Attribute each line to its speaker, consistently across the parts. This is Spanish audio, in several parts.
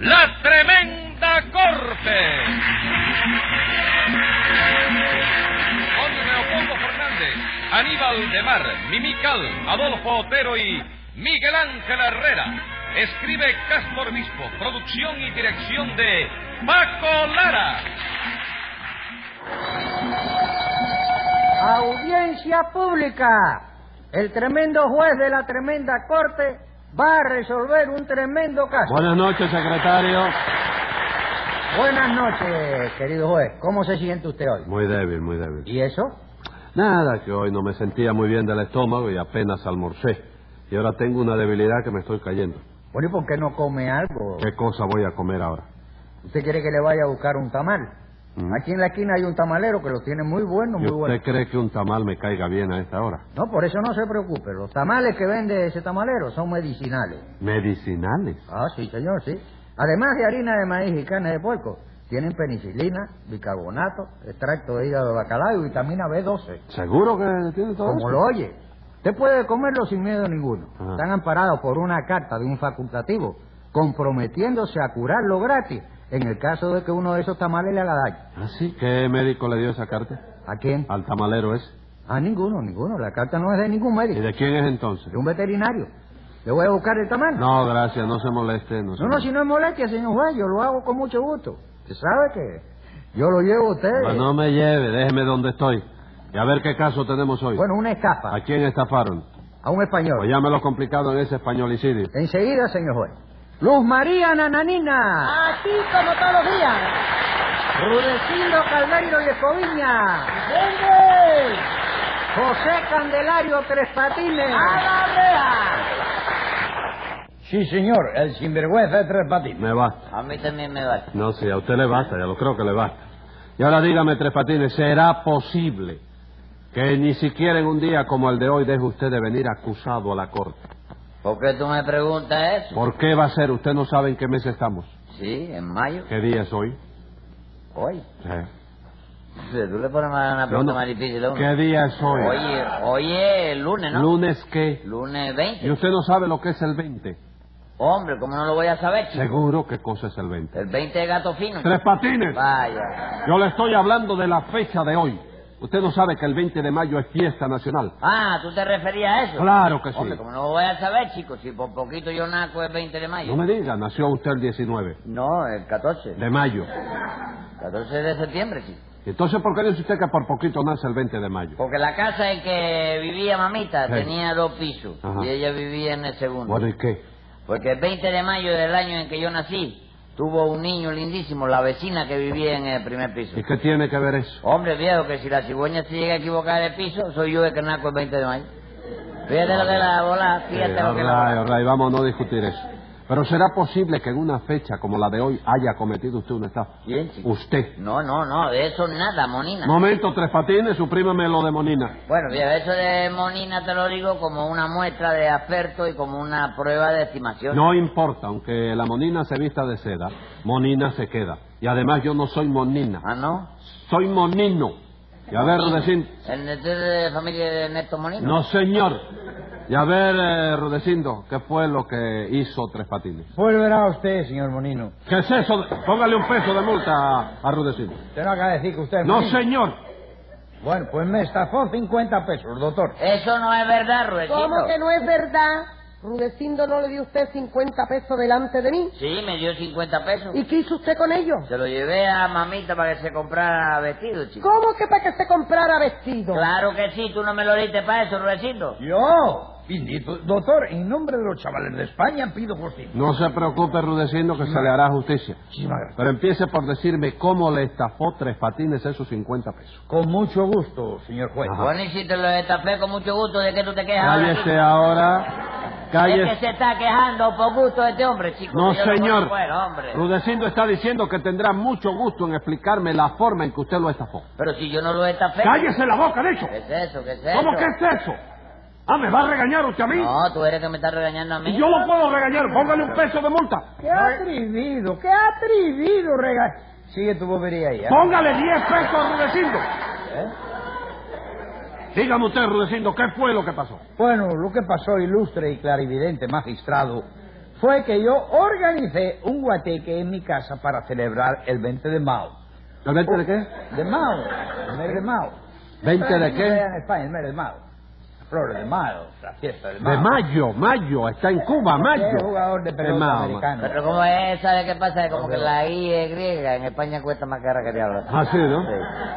Speaker 1: La Tremenda Corte. Con Leopoldo Fernández, Aníbal de Mar, Mimical, Adolfo Otero y Miguel Ángel Herrera. Escribe Castro Obispo, producción y dirección de Paco Lara.
Speaker 2: Audiencia pública. El tremendo juez de la tremenda corte va a resolver un tremendo caso.
Speaker 3: Buenas noches, secretario.
Speaker 2: Buenas noches, querido juez. ¿Cómo se siente usted hoy?
Speaker 3: Muy débil, muy débil.
Speaker 2: ¿Y eso?
Speaker 3: Nada, que hoy no me sentía muy bien del estómago y apenas almorcé. Y ahora tengo una debilidad que me estoy cayendo.
Speaker 2: Bueno, ¿y por qué no come algo?
Speaker 3: ¿Qué cosa voy a comer ahora?
Speaker 2: ¿Usted quiere que le vaya a buscar un tamal?
Speaker 3: Mm.
Speaker 2: Aquí en la esquina hay un tamalero que los tiene muy buenos,
Speaker 3: ¿Y
Speaker 2: muy
Speaker 3: usted
Speaker 2: buenos.
Speaker 3: cree que un tamal me caiga bien a esta hora?
Speaker 2: No, por eso no se preocupe. Los tamales que vende ese tamalero son medicinales.
Speaker 3: Medicinales.
Speaker 2: Ah, sí, señor, sí. Además de harina de maíz y carne de puerco, tienen penicilina, bicarbonato, extracto de hígado de bacalao y vitamina B12.
Speaker 3: ¿Seguro que tiene todo
Speaker 2: Como
Speaker 3: eso?
Speaker 2: lo oye, usted puede comerlo sin miedo ninguno.
Speaker 3: Ajá.
Speaker 2: Están amparados por una carta de un facultativo comprometiéndose a curarlo gratis en el caso de que uno de esos tamales le haga daño.
Speaker 3: ¿Ah, sí? ¿Qué médico le dio esa carta?
Speaker 2: ¿A quién?
Speaker 3: Al tamalero ese.
Speaker 2: A ninguno, ninguno. La carta no es de ningún
Speaker 3: ¿Y
Speaker 2: médico,
Speaker 3: de quién es entonces?
Speaker 2: de un veterinario. ¿Le voy a buscar el tamal?
Speaker 3: No, gracias, no se moleste. No, se
Speaker 2: No, no, si
Speaker 3: moleste.
Speaker 2: no es molestia, señor juez, yo lo hago con mucho gusto. Usted sabe que yo lo llevo a usted.
Speaker 3: Pues no me lleve, déjeme donde estoy. Y a ver qué caso tenemos hoy.
Speaker 2: eh, Bueno, una escapa
Speaker 3: ¿A quién estafaron?
Speaker 2: a un
Speaker 3: Pues
Speaker 2: español.
Speaker 3: llámelo complicado en ese españolicidio.
Speaker 2: Enseguida, señor juez. Luz María Nananina,
Speaker 4: Así como todos los días.
Speaker 2: Rudecindo Caldeiro y Escoviña,
Speaker 4: ¡Venga!
Speaker 2: José Candelario Tres Patines.
Speaker 4: ¡A la reja!
Speaker 5: Sí, señor, el sinvergüenza de tres patines.
Speaker 3: Me basta.
Speaker 6: A mí también me va.
Speaker 3: No, sí, a usted le basta, ya lo creo que le basta. Y ahora dígame, Tres Patines, ¿será posible que ni siquiera en un día como el de hoy deje usted de venir acusado a la corte?
Speaker 6: ¿Por qué tú me preguntas eso?
Speaker 3: ¿Por qué va a ser? Usted no sabe en qué mes estamos.
Speaker 6: Sí, en mayo.
Speaker 3: ¿Qué día es hoy?
Speaker 6: Hoy.
Speaker 3: Sí.
Speaker 6: Sí, Tú le pones más- una
Speaker 3: No,
Speaker 6: pregunta
Speaker 3: no.
Speaker 6: más difícil a uno.
Speaker 3: ¿Qué día es hoy?
Speaker 6: Hoy, hoy es lunes, ¿no?
Speaker 3: ¿Lunes qué?
Speaker 6: Lunes
Speaker 3: Y
Speaker 6: 20.
Speaker 3: usted no sabe lo que es el 20.
Speaker 6: Hombre, ¿cómo no lo voy a saber, chico?
Speaker 3: Seguro qué cosa es el 20.
Speaker 6: El 20 de gato fino.
Speaker 3: Tres Patines,
Speaker 6: Vaya.
Speaker 3: yo le estoy hablando de la fecha de hoy. Usted no sabe que el 20 de mayo es fiesta nacional.
Speaker 6: Ah, ¿tú te referías a eso?
Speaker 3: Claro que sí.
Speaker 6: Hombre, ¿cómo no lo voy a saber, chico? Si por poquito yo naco el 20 de mayo.
Speaker 3: No me diga, nació usted el 19
Speaker 6: No, el 14.
Speaker 3: de mayo.
Speaker 6: 14 de septiembre, chico.
Speaker 3: Entonces, ¿por qué dice usted que por poquito nace el 20 de mayo?
Speaker 6: Porque la casa en que vivía mamita
Speaker 3: Sí.
Speaker 6: tenía dos pisos
Speaker 3: Ajá.
Speaker 6: y ella vivía en el segundo.
Speaker 3: Bueno, ¿y qué?
Speaker 6: Porque el 20 de mayo del año en que yo nací, tuvo un niño lindísimo, la vecina que vivía en el primer piso.
Speaker 3: ¿Y qué tiene que ver eso?
Speaker 6: Hombre, viejo, que si la cigüeña se llega a equivocar de piso, soy yo el que naco el 20 de mayo. Fíjate lo que la bola, fíjate lo que la
Speaker 3: All right,
Speaker 6: bola.
Speaker 3: all right, vamos a no discutir eso. Pero ¿será posible que en una fecha como la de hoy haya cometido usted una estafa?
Speaker 6: ¿Quién, chico?
Speaker 3: Usted.
Speaker 6: No, no, no, de eso nada, Monina.
Speaker 3: Momento, Tres Patines, suprímeme lo de Monina.
Speaker 6: Bueno, viejo, eso de Monina te lo digo como una muestra de afecto y como una prueba de estimación.
Speaker 3: No importa, aunque la Monina se vista de seda, Monina se queda. Y además yo no soy Monina,
Speaker 6: Ah, ¿no?
Speaker 3: soy Monino. Y a ver, Rudecindo.
Speaker 6: ¿El de- de familia de Néstor Monino?
Speaker 3: No, señor. Y a ver, eh, Rudecindo, ¿qué fue lo que hizo Tres Patines?
Speaker 5: Volverá usted, señor Monino.
Speaker 3: ¿Qué es eso? de- Póngale un peso de multa a- a Rudecindo.
Speaker 5: Usted no acaba de decir que usted es
Speaker 3: No,
Speaker 5: Monino.
Speaker 3: señor.
Speaker 5: Bueno, pues me estafó 50 pesos, doctor.
Speaker 6: Eso no es verdad, Ruedecito.
Speaker 4: ¿Cómo que no es verdad? Rudecindo no le dio usted 50 pesos delante de mí.
Speaker 6: Sí, me dio 50 pesos.
Speaker 4: ¿Y qué hizo usted con ellos?
Speaker 6: Se lo llevé a mamita para que se comprara vestido, chico.
Speaker 4: ¿Cómo que para que se comprara vestido?
Speaker 6: Claro que sí, tú no me lo diste para eso, Ruedecito.
Speaker 5: Yo, bendito doctor, en nombre de los chavales de España pido justicia.
Speaker 3: No se preocupe, Rudecindo, que se le hará justicia.
Speaker 5: Muchísimas gracias.
Speaker 3: Pero empiece por decirme cómo le estafó Tres Patines esos 50 pesos.
Speaker 5: Con mucho gusto, señor juez.
Speaker 3: Ajá.
Speaker 6: Bueno, y si te lo estafé con mucho gusto, ¿de qué tú te quejas? ahora,
Speaker 3: Cállese
Speaker 6: chico?
Speaker 3: ahora.
Speaker 6: Es que
Speaker 3: Cállese.
Speaker 6: se está quejando por gusto de este hombre, chico.
Speaker 3: No,
Speaker 6: que yo lo
Speaker 3: señor.
Speaker 6: conozco a él, hombre.
Speaker 3: Rudecindo está diciendo que tendrá mucho gusto en explicarme la forma en que usted lo estafó.
Speaker 6: Pero si yo no lo estafé.
Speaker 3: ¡Cállese la boca, dicho!
Speaker 6: ¿Qué es eso? ¿Qué es eso?
Speaker 3: ¿Cómo que es eso? Ah, ¿me va a regañar usted a mí?
Speaker 6: No, tú eres que me estás regañando a mí.
Speaker 3: Y yo lo puedo regañar. Póngale un peso de multa.
Speaker 5: Qué atrevido, qué atrevido, rega. Sigue tu bobería ahí, ¿eh?
Speaker 3: Póngale 10 pesos a Rudecindo. Dígame usted, Rudecindo, ¿qué fue lo que pasó?
Speaker 5: Bueno, lo que pasó, ilustre y clarividente magistrado,
Speaker 2: fue que yo organicé un guateque en mi casa para celebrar el 20 de Mao.
Speaker 3: ¿El 20 de qué?
Speaker 2: De Mao, el mes de Mao.
Speaker 3: ¿20 de
Speaker 2: Para que
Speaker 3: qué?
Speaker 2: vean En España, el mes de Mao. La flor de Mao, la fiesta de Mao.
Speaker 3: De mayo, mayo, está en Cuba, mayo.
Speaker 2: Es jugador de pelota
Speaker 3: Mao, ma-
Speaker 2: americano.
Speaker 6: Pero como es, ¿sabe qué pasa? Es como que la I es griega. En España cuesta más cara que diablo.
Speaker 3: Ah, sí, ¿no?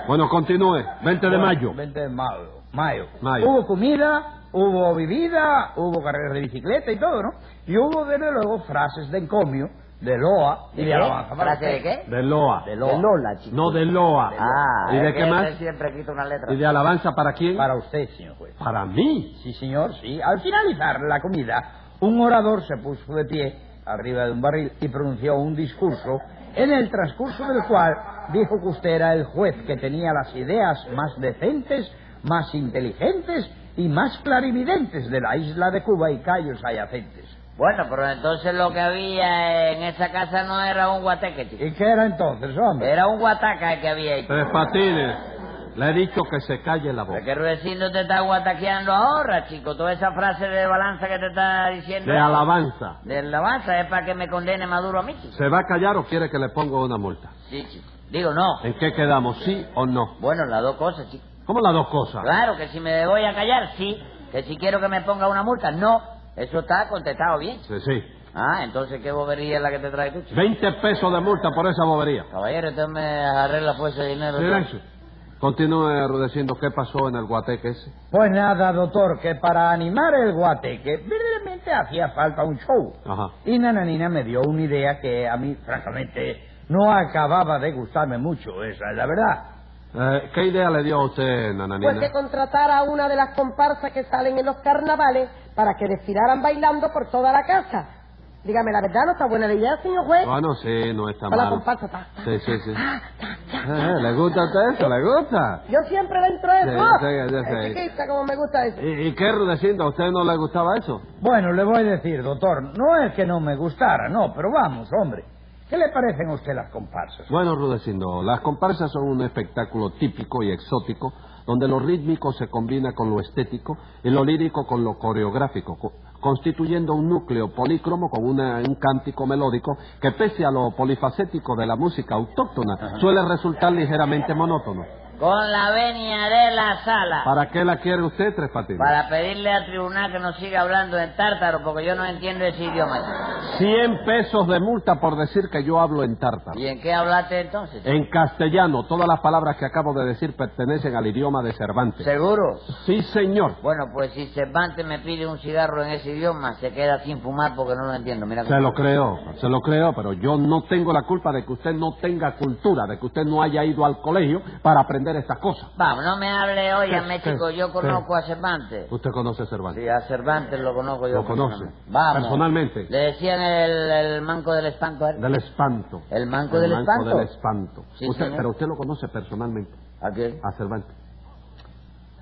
Speaker 3: Bueno, continúe. 20 de mayo.
Speaker 2: 20 de mayo. Mayo.
Speaker 3: Mayo.
Speaker 2: Hubo comida, hubo bebida, hubo carreras de bicicleta y todo, ¿no? Y hubo, desde luego, frases de encomio, de loa y de,
Speaker 6: ¿Qué?
Speaker 2: alabanza. para
Speaker 6: ¿Frase de
Speaker 2: usted.
Speaker 6: qué?
Speaker 3: De Loa.
Speaker 2: De
Speaker 6: De
Speaker 2: loa.
Speaker 6: Lola, chico.
Speaker 3: No, de Loa.
Speaker 6: Ah,
Speaker 3: ¿Y de
Speaker 6: es
Speaker 3: qué
Speaker 6: que
Speaker 3: más?
Speaker 6: usted siempre quita una letra.
Speaker 3: ¿Y de alabanza para quién?
Speaker 2: Para usted, señor juez.
Speaker 3: Para mí.
Speaker 2: Sí, señor, sí. Al finalizar la comida, un orador se puso de pie arriba de un barril y pronunció un discurso en el transcurso del cual dijo que usted era el juez que tenía las ideas más decentes, más inteligentes y más clarividentes de la isla de Cuba y callos adyacentes.
Speaker 6: Bueno, pero entonces lo que había en esa casa no era un guateque, chico.
Speaker 2: ¿Y qué era entonces, hombre?
Speaker 6: Era un guataca el que había hecho.
Speaker 3: Tres patines. Le he dicho que se calle la boca.
Speaker 6: Porque Rudecindo te está guataqueando ahora, chico. Toda esa frase de balanza que te está diciendo.
Speaker 3: De alabanza.
Speaker 6: De alabanza es para que me condene Maduro a mí, chico.
Speaker 3: ¿Se va a callar o quiere que le ponga una multa?
Speaker 6: Sí, chico. Digo, no.
Speaker 3: ¿En qué quedamos? ¿Sí o no?
Speaker 6: Bueno, las dos cosas, chico.
Speaker 3: ¿Cómo las dos cosas?
Speaker 6: Claro, que si me voy a callar, sí. Que si quiero que me ponga una multa, no. Eso está contestado bien.
Speaker 3: Sí, sí.
Speaker 6: Ah, entonces, ¿qué bobería es la que te trae tú, chico?
Speaker 3: 20 pesos de multa por esa bobería.
Speaker 6: Caballero, usted me arregla pues ese dinero.
Speaker 3: Silencio. Continúe rudeciendo qué pasó en el guateque ese.
Speaker 2: Pues nada, doctor, que para animar el guateque, verdaderamente hacía falta un show.
Speaker 3: Ajá.
Speaker 2: Y Nananina me dio una idea que a mí, francamente, no acababa de gustarme mucho, esa es la verdad.
Speaker 3: Eh, ¿Qué idea le dio a usted,
Speaker 4: Pues que
Speaker 3: Nananina?
Speaker 4: contratara a una de las comparsas que salen en los carnavales para que desfilaran bailando por toda la casa. Dígame la verdad, no está buena la idea, señor juez.
Speaker 3: Bueno, sí, Ah, no está
Speaker 4: Para la
Speaker 3: mal.
Speaker 4: comparsa, ta, ta,
Speaker 3: Sí, sí, sí. Eh, ¿Le gusta a usted eso? ¿Le gusta?
Speaker 4: Yo siempre dentro de
Speaker 3: Sí,
Speaker 4: eso.
Speaker 3: yo sé, yo sé.
Speaker 4: Eh, Chiquita, como me gusta eso.
Speaker 3: ¿Y, y qué, Rudecindo? ¿A usted no le gustaba eso?
Speaker 2: Bueno, le voy a decir, doctor, no es que no me gustara, no, pero vamos, hombre. ¿Qué le parecen a usted las comparsas?
Speaker 3: Bueno, Rudecindo, las comparsas son un espectáculo típico y exótico donde lo rítmico se combina con lo estético y lo lírico con lo coreográfico, co- constituyendo un núcleo polícromo con una- un cántico melódico que, pese a lo polifacético de la música autóctona, suele resultar ligeramente monótono.
Speaker 6: Con la venia de la sala.
Speaker 3: ¿Para qué la quiere usted, Tres Patines?
Speaker 6: Para pedirle al tribunal que no siga hablando en tártaro, porque yo no entiendo ese idioma.
Speaker 3: 100 pesos de multa por decir que yo hablo en tártaro.
Speaker 6: ¿Y en qué hablaste entonces?
Speaker 3: En castellano, todas las palabras que acabo de decir pertenecen al idioma de Cervantes.
Speaker 6: ¿Seguro?
Speaker 3: Sí, señor.
Speaker 6: Bueno, pues si Cervantes me pide un cigarro en ese idioma, se queda sin fumar porque no lo entiendo. Mira
Speaker 3: Se
Speaker 6: cómo-
Speaker 3: lo creo, se lo creo, pero yo no tengo la culpa de que usted no tenga cultura, de que usted no haya ido al colegio para aprender estas cosas.
Speaker 6: Vamos, no me hable hoy a
Speaker 3: Sí,
Speaker 6: México.
Speaker 3: sí,
Speaker 6: Yo
Speaker 3: sí.
Speaker 6: conozco a Cervantes.
Speaker 3: Usted conoce a Cervantes.
Speaker 6: Sí, a Cervantes lo conozco yo.
Speaker 3: Lo conoce.
Speaker 6: personalmente. Vamos.
Speaker 3: Personalmente.
Speaker 6: Le decían el, el manco del espanto. a él.
Speaker 3: Del espanto.
Speaker 6: ¿El manco del
Speaker 3: manco
Speaker 6: espanto?
Speaker 3: del espanto.
Speaker 6: Sí,
Speaker 3: Usted-
Speaker 6: señor.
Speaker 3: pero usted lo conoce personalmente,
Speaker 6: ¿A quién?
Speaker 3: a Cervantes.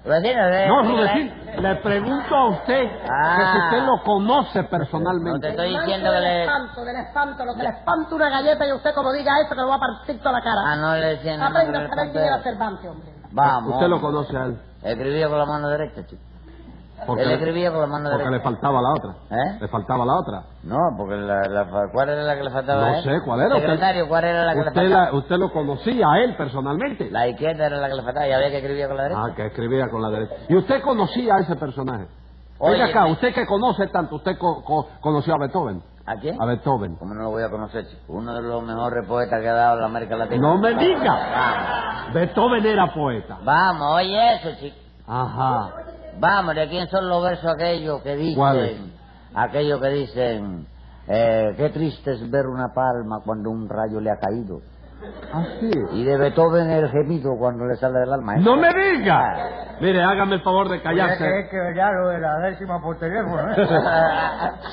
Speaker 6: Rudecindo, ¿eh?
Speaker 3: Ah. No,
Speaker 6: Mira,
Speaker 3: Rudecín,
Speaker 6: ¿eh?
Speaker 3: le pregunto a usted que si
Speaker 6: Ah.
Speaker 3: usted lo conoce
Speaker 6: No te
Speaker 3: personalmente.
Speaker 6: estoy
Speaker 4: El manco
Speaker 6: diciendo que
Speaker 4: del
Speaker 6: le...
Speaker 4: espanto, del espanto, lo que le espanta una galleta y usted como diga eso que lo va a partir toda la cara.
Speaker 6: Ah, no le decían... el manco
Speaker 4: Aprenda
Speaker 6: del
Speaker 4: a saber
Speaker 6: espanto. ¿eh?
Speaker 4: quién era Cervantes, hombre.
Speaker 6: Vamos.
Speaker 3: Usted lo conoce a él.
Speaker 6: Escribía con la mano derecha, chico.
Speaker 3: Porque,
Speaker 6: Él
Speaker 3: le-
Speaker 6: escribía con la mano
Speaker 3: porque le
Speaker 6: derecha.
Speaker 3: faltaba la otra.
Speaker 6: ¿Eh?
Speaker 3: Le faltaba la otra.
Speaker 6: No, porque la, la fa- ¿cuál era la que le faltaba? a
Speaker 3: No
Speaker 6: él?
Speaker 3: sé cuál era. Usted-
Speaker 6: ¿eh? Secretario, ¿cuál era la que le
Speaker 3: usted,
Speaker 6: faltaba?
Speaker 3: la- usted lo conocía a él personalmente.
Speaker 6: La... izquierda era la que le faltaba, ya había que escribía con la derecha.
Speaker 3: Ah, que escribía con la derecha. ¿Y usted conocía a ese personaje?
Speaker 6: Oye,
Speaker 3: Oiga acá,
Speaker 6: me-
Speaker 3: usted que conoce tanto, ¿usted co- co- conoció a Beethoven?
Speaker 6: ¿A quién?
Speaker 3: Ah, A Beethoven.
Speaker 6: ¿Cómo no lo voy a conocer, chico? Uno de los mejores poetas que ha dado la América Latina.
Speaker 3: ¡No me diga!
Speaker 6: Vamos,
Speaker 3: Beethoven era poeta.
Speaker 6: vamos, oye eso, chico.
Speaker 3: Ajá.
Speaker 6: Vamos, ¿de quién son los versos aquellos que dicen?
Speaker 3: ¿Cuáles?
Speaker 6: Aquellos que dicen, eh, qué triste es ver una palma cuando un rayo le ha caído.
Speaker 3: Así.
Speaker 6: Y de Beethoven el gemido cuando le sale del alma. ¿eh?
Speaker 3: ¡No me diga! Mire, hágame el favor de callarse.
Speaker 2: que ya lo de la décima por teléfono, ¿eh?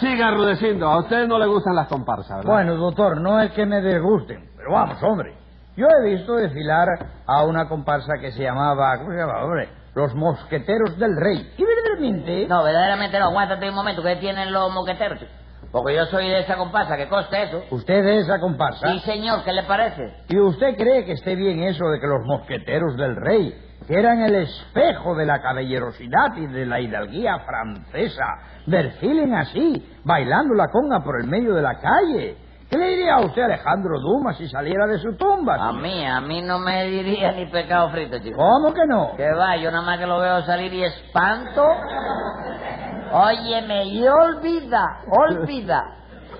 Speaker 3: Siga rudeciendo. A usted no le gustan las comparsas, ¿verdad?
Speaker 2: Bueno, doctor, no es que me disgusten, pero vamos, hombre. Yo he visto desfilar a una comparsa que se llamaba, ¿cómo se llamaba, hombre? Los Mosqueteros del Rey. Y verdaderamente...
Speaker 6: No, verdaderamente no, aguántate un momento, que tienen los moqueteros? chico? Porque yo soy de esa comparsa, que coste eso.
Speaker 2: Usted es esa comparsa.
Speaker 6: Sí, señor, ¿qué le parece?
Speaker 2: ¿Y usted cree que esté bien eso de que los mosqueteros del rey, que eran el espejo de la caballerosidad y de la hidalguía francesa, desfilen así, bailando la conga por el medio de la calle? ¿Qué le diría a usted Alejandro Dumas si saliera de su tumba?
Speaker 6: A
Speaker 2: chico?
Speaker 6: mí, a mí no me diría ni pecado frito, chico.
Speaker 2: ¿Cómo que no?
Speaker 6: Que va, yo nada más que lo veo salir y espanto. Óyeme, y olvida, olvida.